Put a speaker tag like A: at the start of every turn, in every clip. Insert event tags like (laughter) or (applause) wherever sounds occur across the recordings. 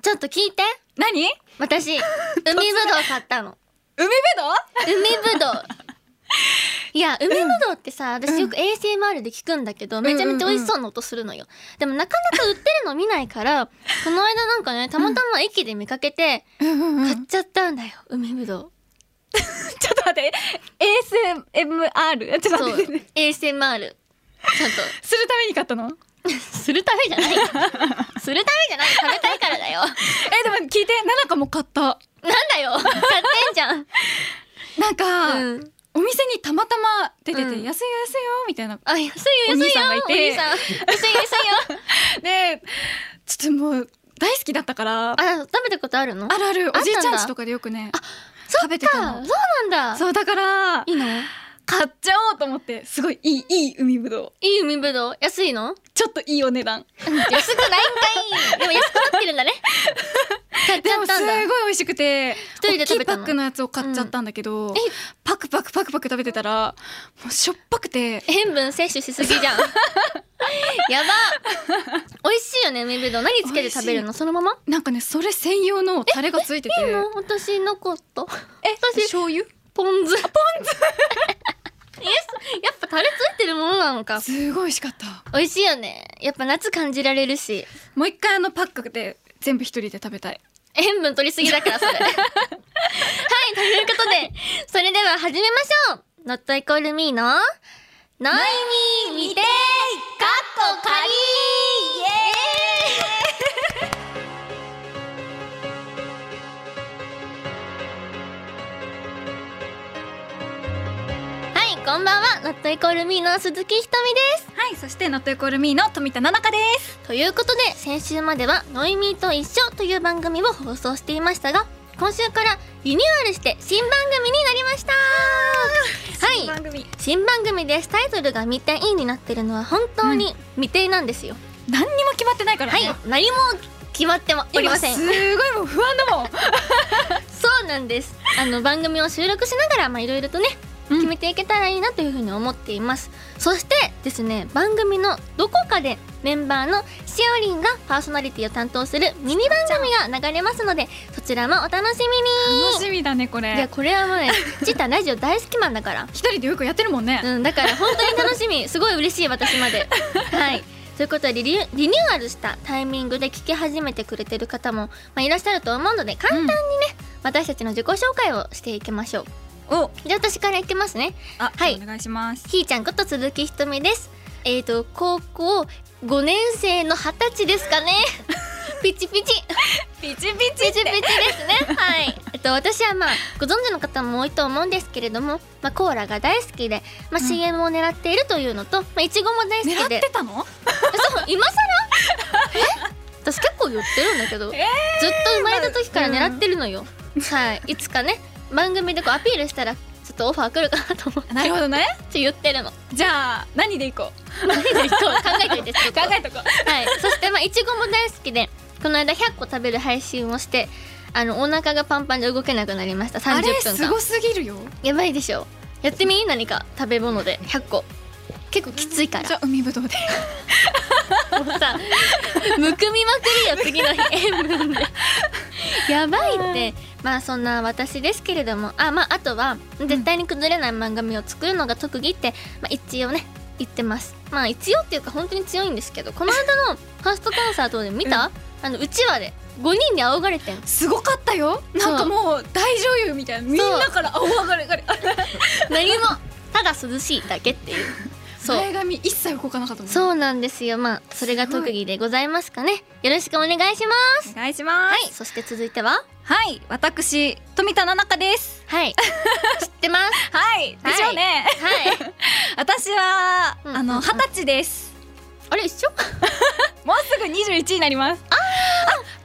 A: ちょっと聞いて
B: 何海 (laughs)
A: 私海ぶどう買ったの
B: ぶど
A: 海ぶ
B: (laughs)
A: どういや海ぶどうってさ、私よく ASMR で聞くんだけど、めちゃめちゃ美味しそうな音するのよ、でもなかなか売ってるの見ないからこの間なんかねたまたま駅で見かけて
B: う (laughs)
A: 買っちゃったんだよ、海ぶどう
B: ちょっと待って、ASMR? ちょっと
A: そう
B: 待ってね、
A: ASMR ちゃんと
B: するために買ったの
A: するためじ
B: (laughs)
A: ゃないするためじゃない食べたいからだよ
B: え、でも聞いて、なんかも買った。
A: なんだよ買ってんじゃん
B: なんか、
A: うん
B: お店にたまたま出てて、
A: うん
B: 安い安いよ、みたいな。
A: あ安いよ安いよ
B: お兄さんがいて
A: お兄さん安いよ安いよ
B: で、ちょっともう、大好きだったから、
A: あ
B: あ
A: 食べたことあるの
B: るある、
A: あ
B: おじいち
A: あ
B: ゃ
A: ったん
B: ん
A: だ
B: 家とかでよくね、
A: そっか
B: 食べてたの
A: そうなんだ
B: そう、だから、
A: いいの
B: 買っちゃおうと思って、すごいいい、いい海ぶどう。
A: いい海ぶどう安いの
B: ちょっといいお値段。
A: 安くないんか (laughs) いでも安くなってるんだ
B: (laughs)
A: ね買っち
B: で
A: ゃ
B: も
A: っ
B: す
A: たん
B: ご
A: だ
B: い美味しくて
A: 一人で食べたの
B: 大きいパックのやつを買っちゃったんだけど、
A: んえ
B: パクパクパクパク食べてたらもうしょっぱくて
A: 塩分摂取しすぎじ
B: (laughs)
A: ゃんやば美味しいよね海ぶどう何つけて食べるのそのまま
B: なんかねそれ専用のタレがついてて
A: いいの私なかった
B: え
A: 私
B: 醤油
A: ポン酢ポン酢 (laughs) やっぱタレついてるものなのか
B: すごい美味しかった
A: 美味しいよねやっぱ夏感じられるし
B: もう一回あのパックで全部一人で食べたい
A: 塩分取りすぎだからそれはいということでそれでは始めましょう「ノットイコールミーの「ノイミー見てカッコ仮」イエーイはいこんばんはノットイコールミーの鈴木ひとみです
B: はいそしてノットイコールミーの富田奈々香です
A: ということで先週までは「ノイミーと一緒」という番組を放送していましたが今週からリニューアルして新番組になりま (laughs) したはい
B: 番組
A: 新番組ですタイトルが「未定になってるのは本当に未定なんですよ、
B: 何にも決まってないから
A: は
B: ね
A: い何も決まっておりません
B: 今すごいもう不安だ (laughs) もん
A: そうなんですあの番組を収録しながらまあいろいろとね
B: うん
A: 決めていけたらいいなというふうに思っています、そしてですね番組のどこかでメンバーのしおりんがパーソナリティを担当するミニ番組が流れますのでそちらもお楽しみに
B: 楽しみだねこ
A: いや
B: れ
A: これはもうね (laughs) チーターラジオ大好きマンだ
B: (laughs)
A: から
B: 一人でよくやってるもんね、
A: うんだから本当に楽しみすごい嬉しい私まではいということでリリュリニューアルしたタイミングで聞き始めてくれてる方も、まあ、いらっしゃると思うので簡単にね、私たちの自己紹介をしていきましょう
B: お
A: じゃあ私からいきますね
B: あ、
A: はい
B: お願いします
A: ひーちゃんこと鈴木ひとみです。えっ、と高校5年生の二十歳です
B: (laughs)
A: かね。ピチピチ
B: ピチピ
A: ピチピチですね。はい。えっと私はまあご存知の方も多いと思うんですけれども、まあコーラが大好きで、まあ
B: うん
A: CM を狙っているというのと、まあいちごも大
B: 狙
A: 好
B: っ
A: きで
B: て、たの
A: そう今
B: (laughs)
A: 更？え？私結構言ってるんだけど、
B: え
A: ずっと生まれた時から狙ってるのよ。はい。いつかね番組でこうアピールしたらちょっとオファー来るかなと思って、
B: なるほどね
A: ちょ言ってる (laughs) の。
B: じゃあ何でいこう
A: 何で行こう考えといてちょっと
B: 考えとこう
A: はいそしてまあいちごも大好きでこの間100個食べる配信をしてあのお腹がパンパンで動けなくなりました
B: あ
A: 30
B: れ
A: 分
B: す
A: 間
B: ごすぎるよ
A: やばいでしょやってみ何か食べ物で100個結構きついから
B: じゃあ海ぶどうで
A: もうさむくみまくりよ次の日塩分 (laughs) でやばいってまあそんな私ですけれどもあまああとは絶対に崩れない漫画を作るのが特技って、まあ、一応ね言ってますまあ一応っていうか本当に強いんですけどこの (laughs) 間のファーストコンサートで見た、あのうちわで5人に仰がれてん
B: すごかったよなんかもう大女優みたいなみんなからあ上がれ上がれ
A: 何もただ涼しいだけ (laughs) っていうそう
B: 前髪一切動かなかったもん
A: そうなんですよまあそれが特技でございますかねよろしくお願いしま
B: お願いします
A: すはいそして続いては
B: はい、私富田奈々香です
A: はい (laughs) 知ってます
B: はいでしょうね、
A: はい。
B: 私は
A: うん
B: あ
A: うんう
B: の
A: ん
B: 二十歳です
A: (laughs) あれ一緒？
B: もうすぐ21になりますあ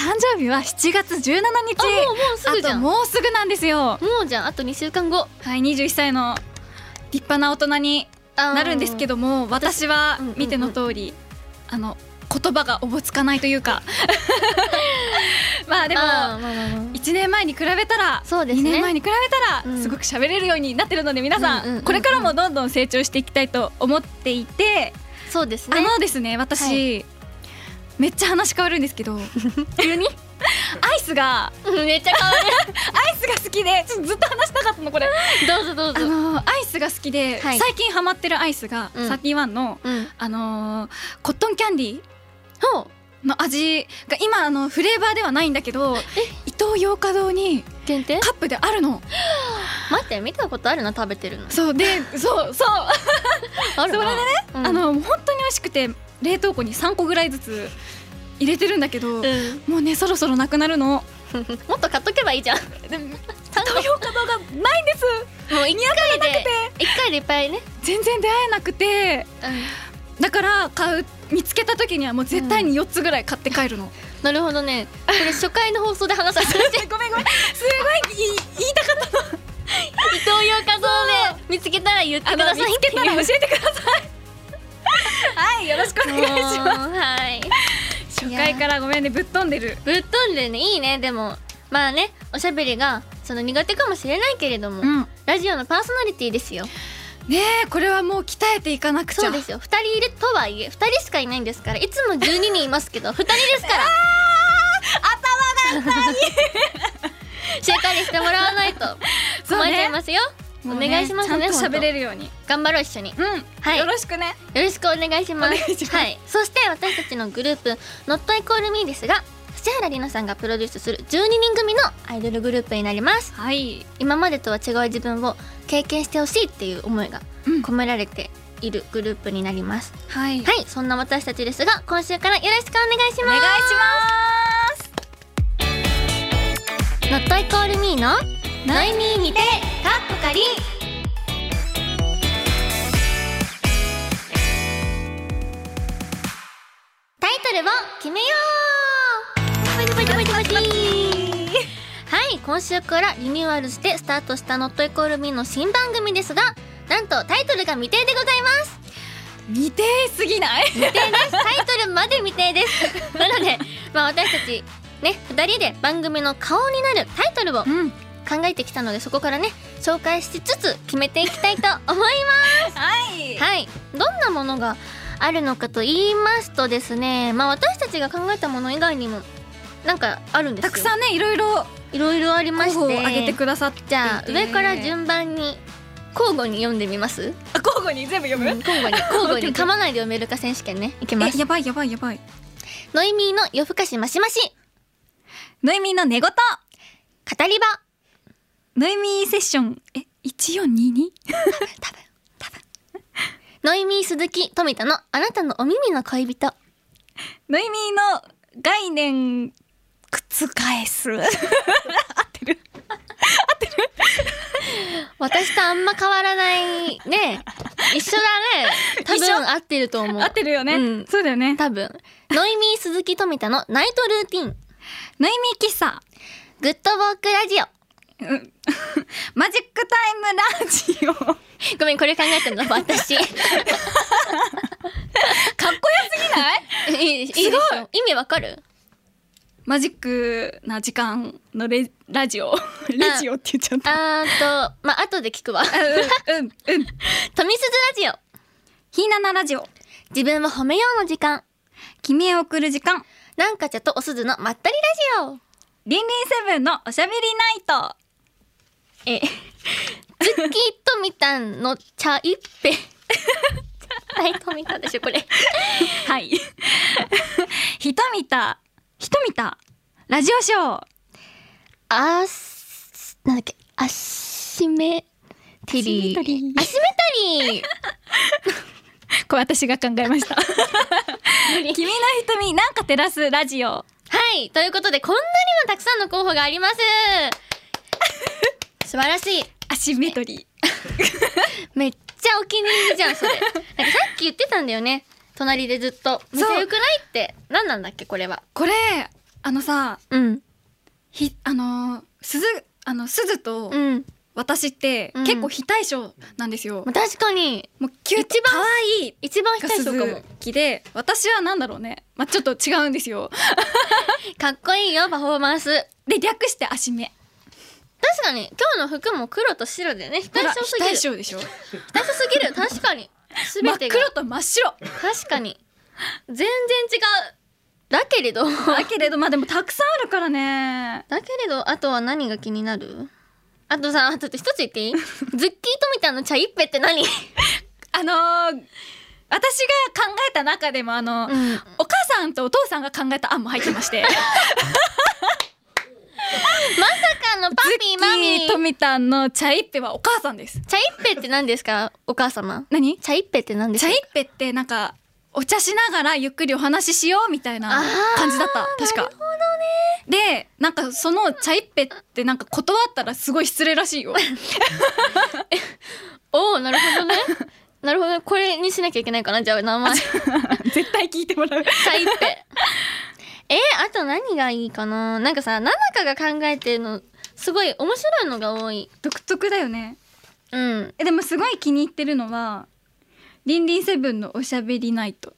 B: 誕生日は7月17日
A: あもうもうすぐじ
B: あ
A: ゃ
B: と
A: ん。も
B: もうすぐなんですよ
A: うじゃん。あと二週間後
B: はい21歳の立派な大人になるんですけ
A: ど。
B: ども私は
A: うんうんうん
B: 見ての通り、あの言葉がおぼつかないというか (laughs) まあでも
A: まあまあまあまあ
B: 1年前に比べたら
A: そうです
B: 2
A: ね。
B: 年前に比べた
A: う
B: ら
A: ん
B: すごく喋れるようになってるので皆さん,、
A: うんうんうんうん
B: これからもどんどん成長していきたいと思っていて、
A: そうです
B: あ
A: ね。 (laughs)
B: のですね私、めっちゃ話変わるんですけど
A: 急に？
B: アイスが
A: (laughs) めっちゃ可愛
B: アイスが好きでちょっとずっと話したかったのこれ
A: いどうぞどう
B: あ
A: ぞ
B: のアイスが好きで、
A: はい
B: 最近ハマってるアイスが、
A: うん
B: サティワンの
A: うん
B: あのーコットンキャンディ
A: ほう
B: の味が今あのフレーバーではないんだけど伊東洋華堂に
A: 限定
B: カップであるの
A: 待って見たことあるな食べてる (laughs) の
B: そう (laughs) でそうそう、
A: ある
B: それでね、
A: うん
B: あの本当に美味しくて冷凍庫に3個ぐらいずつ入れてるんだけど、
A: うん
B: もうねそろそろなくなるの
A: (laughs) もっと買っとけばいいじゃん
B: でも東洋華堂がないんです
A: もう一回で一回でいっぱいね
B: 全然出会えなくてだから買う見つけた時にはもう絶対に4つぐらい買って帰 (laughs) るの、
A: なるほどねこれ初回の放送で話させ (laughs) て
B: ごめんごめん (laughs) すごい言い言いたかったの
A: 伊藤洋華堂で見つけたら言ってください
B: 見つけたら教えてください (laughs) はいよろしくお願い
A: (laughs)
B: します
A: すはい
B: す初回からごめんねぶっ飛んでる
A: ぶっ飛んでるねいいねでもまあねおしゃべりがその苦手かもしれないけれども、
B: ん
A: ラジオのパーソナリティですよ
B: ねえこれはもう鍛えていかなくち
A: そ
B: ゃ
A: うですよ2人いるとはいえ2人しかいないんですからいつも12人いますけど2
B: (laughs)
A: 人ですから頭が痛いしっかりしてもらわないと
B: (laughs) そう
A: 困っ
B: ね
A: ちゃいますよ、お
B: もうね
A: 願いしますね
B: ちゃんと喋
A: ほん
B: れ
A: と
B: るように
A: 頑張ろう一緒に
B: うん
A: はい
B: よろしくね
A: よろしくお願いします
B: お願いします
A: はい、そして私たちのグループ「Not Equal Me」ですが指原莉乃さんがプロデュースする12人組のアイドルグループになります
B: はい
A: 今までとは違う自分を経験してほしいっていう思いが
B: うん
A: 込められているグループになります、
B: はい
A: はいそんな私たちですが今週からよろしくお願いし
B: お
A: ます
B: 願いしま
A: 「
B: す
A: Not Equal Me」の「ノイミーにてカッコカリン」タイトルを決めようはい今週からリニューアルしてスタートした「Not Equal Me」の新番組ですがなんとタイトルが未定でございます
B: 似てすぎない
A: 未定ですタイトルまで未定です
B: (laughs)
A: なので、まあ、私たちね2人で番組の顔になるタイトルを考
B: ん
A: えてきたのでそこからね紹介しつつ決めていきたいと思いま
B: はい
A: すはいどんなものがあるのかと言いますとですねまあ私たちが考えたもの以外にもなんかあるんです
B: た
A: よ
B: くさんねいろいろ
A: いろいろありま
B: 候
A: して
B: 補を挙げてくださっていて
A: じゃあ上から順番に交互に読んでみます、
B: あ交互に全部読む、
A: うん交
B: (laughs)
A: 互に交互に噛まないで読めるか選手権ねいきま
B: え
A: す
B: やばいやばいやばい
A: ノイミーの夜更かしマシマシ
B: ノイミーの寝言
A: 語り場
B: ノイミーセッションえ一四二二
A: 多分多分ノイミー鈴木富田のあなたのお耳の恋人
B: ノイミーの概念覆 (laughs) す合ってる
A: 私とあんま変わらないね一緒だね多
B: 一緒
A: 分合ってると思う
B: 合ってるよね、
A: うん
B: そうだよね
A: 多分ノイミー鈴木富田のナイトルーティン
B: ノイミー喫茶
A: グッドウォークラジオ
B: うんマジックタイムラジオかっこよ
A: ごめんこれ考えたの私い
B: すぎない
A: いいいでしょ
B: す
A: 意味わかる
B: マジックな時間のレラジオラジオって言っちゃった
A: あーんとまあ後で聞くわ
B: あうんうんうん
A: 富鈴ラジ
B: ひーななラジオ
A: オ自分を褒めようの時間
B: 君へ送る時間
A: なんかちゃとおすずのまったりラジオ
B: リンリンセブンのおしゃべりナイト
A: え、ズッキーとみたんの茶一 (laughs) 杯。はい、とみたんでしょ、これ。
B: (laughs) はい。ひとみた、ひとみた、ラジオショー。
A: あっす、なんだっけ、アシメテリー。
B: アシメトリー
A: アシメトリー。
B: これ私が考えました。君の瞳なんか照らすラジ
A: (laughs) は
B: オ。
A: い、ということで、こんなにもたくさんの候補があります。素晴らしい。
B: アシメトリ
A: めっちゃお気に入りじゃん、そ (laughs) れ。なんかさっき言ってたんだよね。隣でずっと。
B: そう
A: 見せよくないって。何なんだっけ、これは。
B: これ、あのさ、
A: うん。
B: ひ、あのー、鈴、あの、鈴と
A: うん。
B: 私って
A: うん
B: 結構非対称なんですよ。
A: 確かに、
B: もうキュート
A: 一番
B: 可愛い
A: 一番非
B: が
A: 対称かも
B: 鈴。木で、私はなんだろうね。まあ、ちょっと違うんですよ。
A: かっこいいよパフォーマンス
B: で、略してアシメ。
A: 確かに今日の服も黒と白でね非対称すぎる
B: 非対
A: 非
B: 称でしょ。
A: 対称すぎる確かに
B: (laughs) 真
A: 全
B: って
A: が
B: 黒と真っ白。
A: 確かに全然違うだけれど
B: (laughs) だけれどまあでもたくさんあるからね
A: だけれどあとは何が気になるあとさあと一つ言
B: (laughs)
A: っていいズッキートミタの茶一杯って何、
B: あのー私が考えた中でもあの、
A: うん
B: お母さんとお父さんが考えた案も入ってまして
A: まさかのパピーマミー
B: 富田の茶一杯はお母さんです
A: 茶一杯って何ですかお母様
B: 何
A: 茶一杯って何です
B: 茶
A: か
B: 一杯ってなんかお茶しながらゆっくりお話ししようみたいな感じだった確かなるほどねでなんかその茶一杯ってなんか断ったらすごい失礼らしいよ
A: おおなるほどねなるほどねこれにしなきゃいけないかなじゃあ名前茶
B: (laughs) 絶対聞いてもらう
A: 一杯えー、あと何がいいかななんかさななかが考えてるのすごい面白いのが多い
B: 独特だよね
A: うん
B: えでもすごい気に入ってるのはリンリンセブンのおしゃべりナイト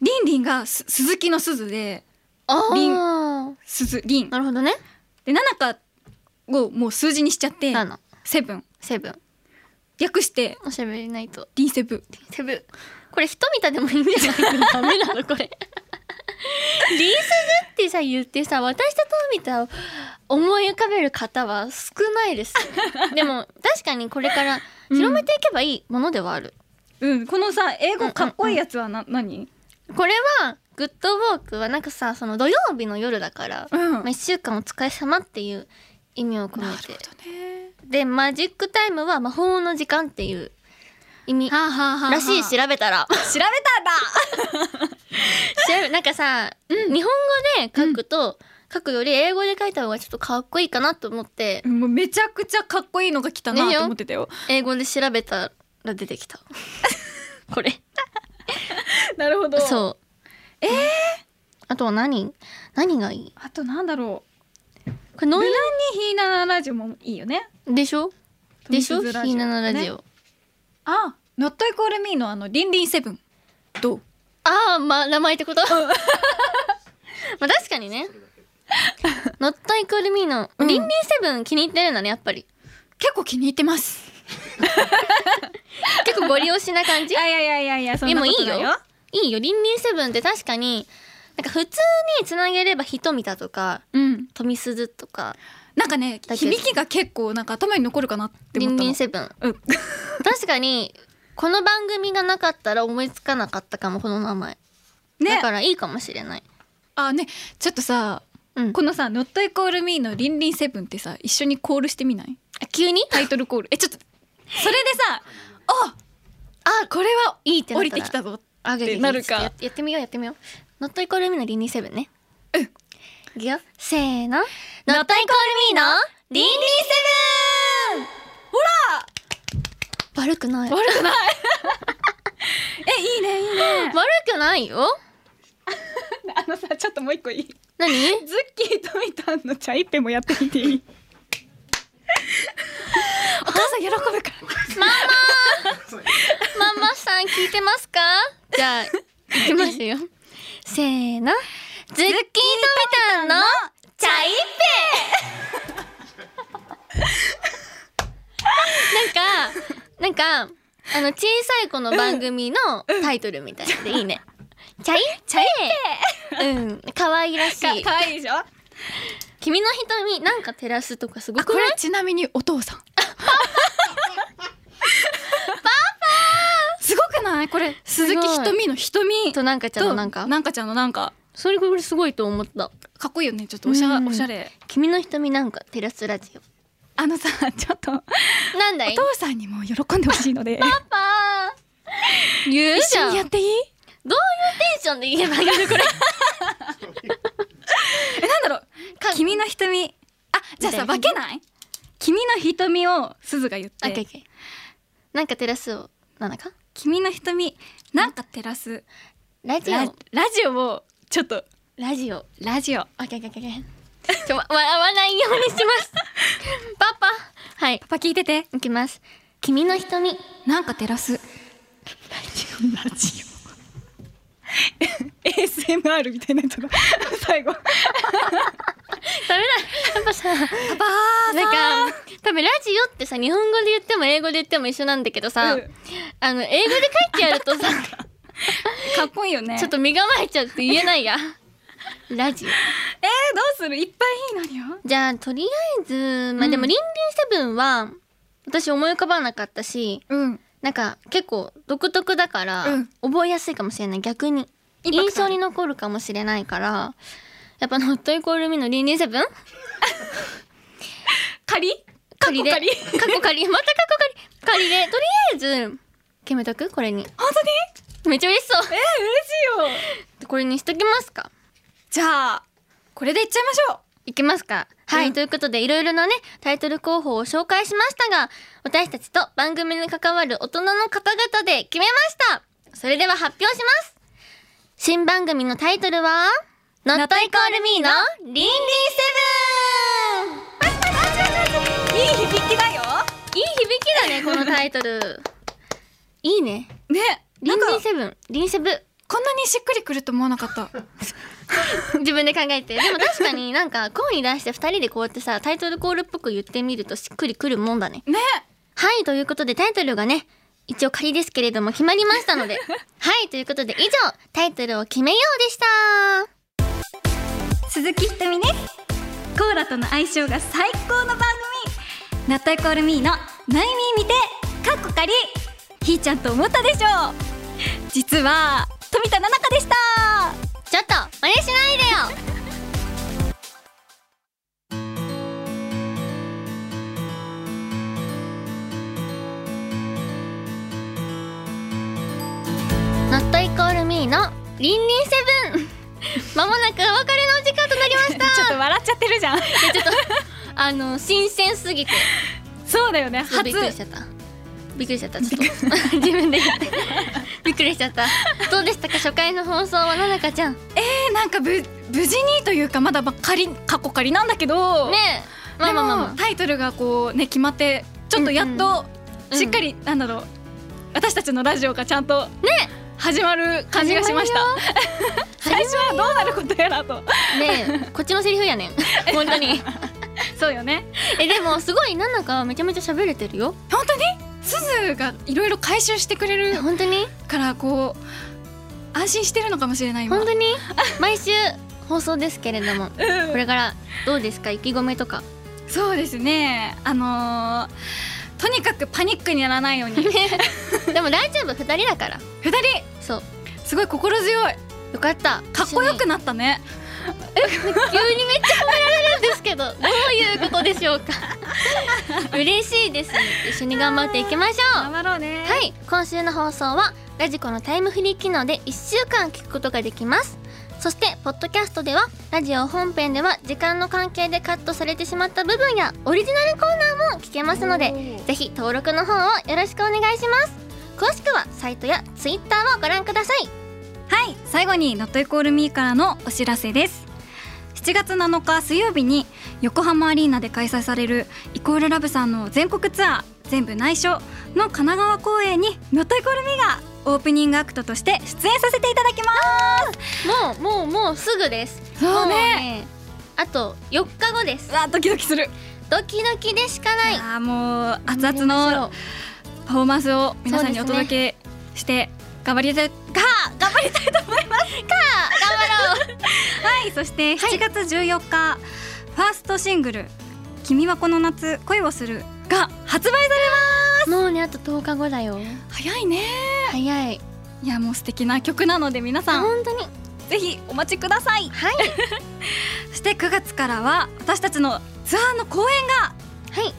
B: リンリンがす鈴木の鈴で
A: あ
B: リン
A: あ
B: 鈴リン
A: なるほどね
B: でナナカをもう数字にしちゃって
A: なの
B: セブン
A: セブン
B: 略して
A: おしゃべりないと
B: リンセブ
A: セブンこれ人見たでもいいんじゃない (laughs) のダメなのこれリンセブンってさ言ってさ私とトミタを思い浮かべる方は少ないですよでも確かにこれから広めていけばいいものではある、
B: うんこのさ英語かっこいいやつはな、何
A: これはグッドウォークはなんかさその土曜日の夜だから、
B: うん
A: まあ、1週間お疲れ様っていう意味を込めて
B: ね
A: でマジックタイムは魔法の時間っていう意味
B: はあ、はあはあ、
A: らしい
B: 調べ
A: 調べた
B: (laughs)
A: ら
B: たんだ
A: 調べなんかさ、日本語で書くと、書くより英語で書いた方がちょっとかっこいいかなと思って
B: もうめちゃくちゃかっこいいのが来たなと思ってたよ
A: 英語で調べたら出てき
B: (laughs)
A: たこれ
B: なるほどう
A: そうえあとは何何がいい
B: あとなんだろ
A: これノ
B: う
A: ン
B: 無難にヒーナナラジオもいいよね
A: でしょでしょ
B: ト
A: ひ
B: ミスズ
A: ーななラジ
B: ね
A: オ、
B: あノットイコールミーのあのリンリンセブンどう
A: ああまあ名前ってこと (laughs) まあ確かにね「ノットイコールミーの「
B: うん
A: リンリンセブン」気に入ってるんだねやっぱり
B: 結構気に入ってます
A: 結構ご利用しな感
B: い
A: じ
B: やいやいやいやいやそん
A: で
B: な
A: も
B: こ
A: い
B: と
A: い
B: だ
A: よ
B: よ
A: いいよ「リンリンセブン」って確かになんか普通につなげれば「ひとみた」とか
B: うん
A: 「とみすず」とか
B: なんかね
A: だけど
B: 響きが結構なんか頭に残るかなっ
A: 「
B: て
A: リ
B: 思
A: ン
B: った
A: リ
B: の
A: ンセブン
B: うん」 (laughs)
A: 確かにこの番組がなかったら思いつかなかったかもこの名前、だ
B: ね
A: からいいかもしれない、
B: あねちょっとさ
A: うん、
B: このさ「ノットイコールミーのリンリンセブンってさ一緒にコールしてみない
A: あ急に
B: タイトルコールえちょっとそれで (laughs) さああこれはい
A: いってな
B: 降
A: った
B: り
A: ら
B: てきたぞ
A: あげ
B: ってなるか
A: ややってみようやってみようノットイコールミーのリンリンセブンね
B: うん
A: いくよせーのノットイコールミーのリンリンセブン
B: ほら
A: 悪くない悪
B: 悪く (laughs) ないえいいねいいね
A: くないよ
B: あのさちょっともう一個いい
A: 何
B: ズッキーとみたんの茶一杯もやってみていい (laughs) お母さん喜ぶから
A: ママさん聞いてますか (laughs) じゃあ行きますよ (laughs) せーのズッキーとみたんのチャイペ (laughs) なんかなんかあの小さい子の番組のタイトルみたいでいいねチャイチャイペうん可愛らしい
B: かわいいでしょ
A: 君の瞳なんか照らすとかすごく
B: こ
A: ない
B: れちなみにお父
A: (laughs)
B: さんパパすごくないこれ
A: すご
B: 鈴
A: い
B: 木ひとみのひとみ
A: となんかちゃんのなんか
B: なんかちゃんのなんか
A: それこれすごいと思った
B: かっこいいよねちょっとおしゃ
A: うん
B: おしゃれ
A: 君の瞳なんか照らすラジオ
B: あのさちょっとお
A: なんだい
B: 父さんにも喜んでほしいので
A: パー言う
B: 一
A: じゃ
B: 緒
A: んどうい
B: にや
A: う
B: っていい
A: テンションで言えばいいのこれ
B: えなんだろう
A: か
B: (laughs) 君の瞳あじゃあさ
A: みた
B: 分
A: いな
B: けない君の瞳をすずが言っ
A: オッケーオ
B: て
A: ッケーなんか照らすをなんだか
B: 君の瞳なんか照らす
A: ラジオ
B: ララジオをちょっと
A: ラジオ
B: ラジオ
A: オッケーオッケーオッケーちょわ笑わないようにし
B: (laughs)
A: ますパパはい
B: パパ聞いてて
A: いきます君の瞳
B: なんか照らすラジオラジオ ASMR みたいなやつだ最後パ
A: ダメだやっぱさな
B: パ
A: んか多分ラジオってさ日本語で言っても英語で言っても一緒なんだけどさ、
B: うん
A: あの
B: (laughs)
A: 英語で書いてやるとさ
B: かっこいいよね
A: ちょっと身構えちゃって言えないやラジオ
B: えー、どうするいっぱいいいのよ
A: じゃあとりあえずま
B: う
A: あ
B: ん
A: でも「リンリンセブン」は私思い浮かばなかったし
B: うん
A: なんか結構独特だから
B: うん
A: 覚えやすいかもしれない逆に
B: インパクト
A: 印象
B: ある
A: に残るかもしれないからやっぱ「ノットイコールミの「リンリンセブン」
B: 仮
A: 仮で
B: 過去仮
A: 過去仮また過去仮仮でとりあえず決めとくこれに
B: 本当
A: め
B: に
A: っちゃ嬉しそう
B: えー、嬉しいよ
A: これにしときますか
B: じゃあこれでいっちゃいましょう
A: いきますかはい、
B: うん
A: ということでいろいろなねタイトル候補を紹介しましたが私たちと番組に関わる大人の方々で決めましたそれでは発表します新番組のタイトルは「ノットイコールミーのリンリンセ
B: いい響きだよ
A: ブン」いい響きだねこのタイトルいいね
B: ね
A: リ
B: な
A: ン
B: んか
A: リンセブンリンセブ
B: こんなにしっくりくると思わなかった
A: 自分で考えてでも確かになんか声に出して2人でこうやってさタイトルコールっぽく言ってみるとしっくりくるもんだね
B: ね
A: はいということでタイトルがね一応仮ですけれども決まりました (laughs) のではいということで以上タイトルを決めようでした
B: 鈴木ひとみですコーラとの相性が最高の番組ナットイコールミーのナイミー見てかっこかりひーちゃんと思ったでしょ実は富田奈々香でした
A: ちょっと真似しないでよ「ノットイコールミーのリンリンセブ (laughs) ン」まもなくお別れのお時間となりまし
B: ちょっと笑っちゃってるじゃん
A: たちょっと (laughs) あの新鮮すぎて
B: そうだよね
A: そう
B: 初
A: びっくりしちゃったびっくりしちゃったちょっと (laughs) 自分で言ってびっくりしちゃったどうでしたか初回の放送はななかちゃんね
B: えーなんかぶ無事にというかまだばっかり過去仮なんだけど
A: えまあまあまあ、
B: で
A: ま
B: もタイトルがこうね決まってちょっとやっと
A: うん
B: しっかり、なんだろう私たちのラジオがちゃんとね始まる感じがしました最初はどうなることやらと
A: あ、ねえこっちのセリフ
B: (laughs)
A: やねん本当に
B: そうよね
A: えでもすごいななかめちゃめちゃ喋れてるよ
B: 本当にすずがいろいろ回収してくれる
A: 本当に
B: からこう安心してるのかもしれない今
A: 本当に毎週放送ですけれども
B: うん
A: これからどうですか意気込みと
B: (laughs)
A: か
B: そうですねあのーとにかくパニックにならない (laughs) ように二人
A: でも大丈夫二人だからそう
B: すごい心強い
A: よかった
B: かっこよくなったね
A: 急にめっちゃ褒められるんですけどどういうことでしょうか嬉しいです一緒に頑張っていきましょう
B: 頑張ろうね
A: はい今週の放送はラジコのタイムフリー機能で1週間聞くことができますそしてポッドキャストではラジオ本編では時間の関係でカットされてしまった部分やオリジナルコーナーも聞けますのでぜひ登録の方をよろしくお願いします詳しくはサイトやツイッターをご覧ください
B: はい最後に「ノットイコールミーからのお知らせです7月7日水曜日に横浜アリーナで開催されるイコールラブさんの全国ツアー全部内緒の神奈川公演に「ノットイコールミーがオープニングアクトとして出演させていただきます
A: もうもうもうすぐです
B: そうね
A: もうあと4日後です
B: うわドキドキする、
A: ドキドキでしかない
B: あーもう熱々のパフォーマンスを皆さんにお届けして頑張りたいが頑張りたいと思いますはいそして7月14日、ファーストシングル「君はこの夏恋をする」が発売されま
A: (laughs) もうねあと10日後だよ
B: す早いね
A: 早い
B: いやもう素敵な曲なので皆さん
A: 本当に
B: ぜひお待ちください
A: はい
B: (laughs) そして9月からは私たちのツアーの公演が
A: はい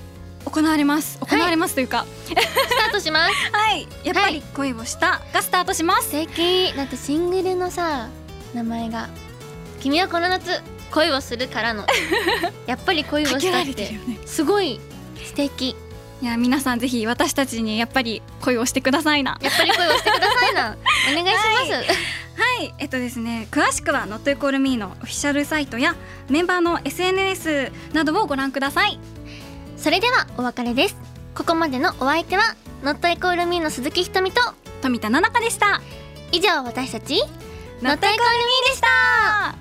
B: 行われます
A: は
B: 行
A: い
B: われますというか
A: スタートし (laughs) ます
B: はい、やっぱり恋をしたがスタートします、
A: 素敵だってシングルのさ名前が「君はこの夏恋をする」から (laughs) のやっぱり恋を
B: か
A: し
B: け
A: た
B: ら
A: っ
B: れてる
A: て
B: よね
A: すごい素敵
B: いや皆さんぜひ私たちにやっぱり恋をしてくださいな
A: やっぱり恋をしてください (laughs) なお願いします、
B: はい、えっとですね、詳しくは Not Equal Me のオフィシャルサイトやメンバーの SNS などをご覧ください。
A: それではお別れですここまでのお相手は「ノットイコールミーの鈴木ひとみと
B: 富田七々香でした。
A: 以上私たち
B: Not Equal Me でした。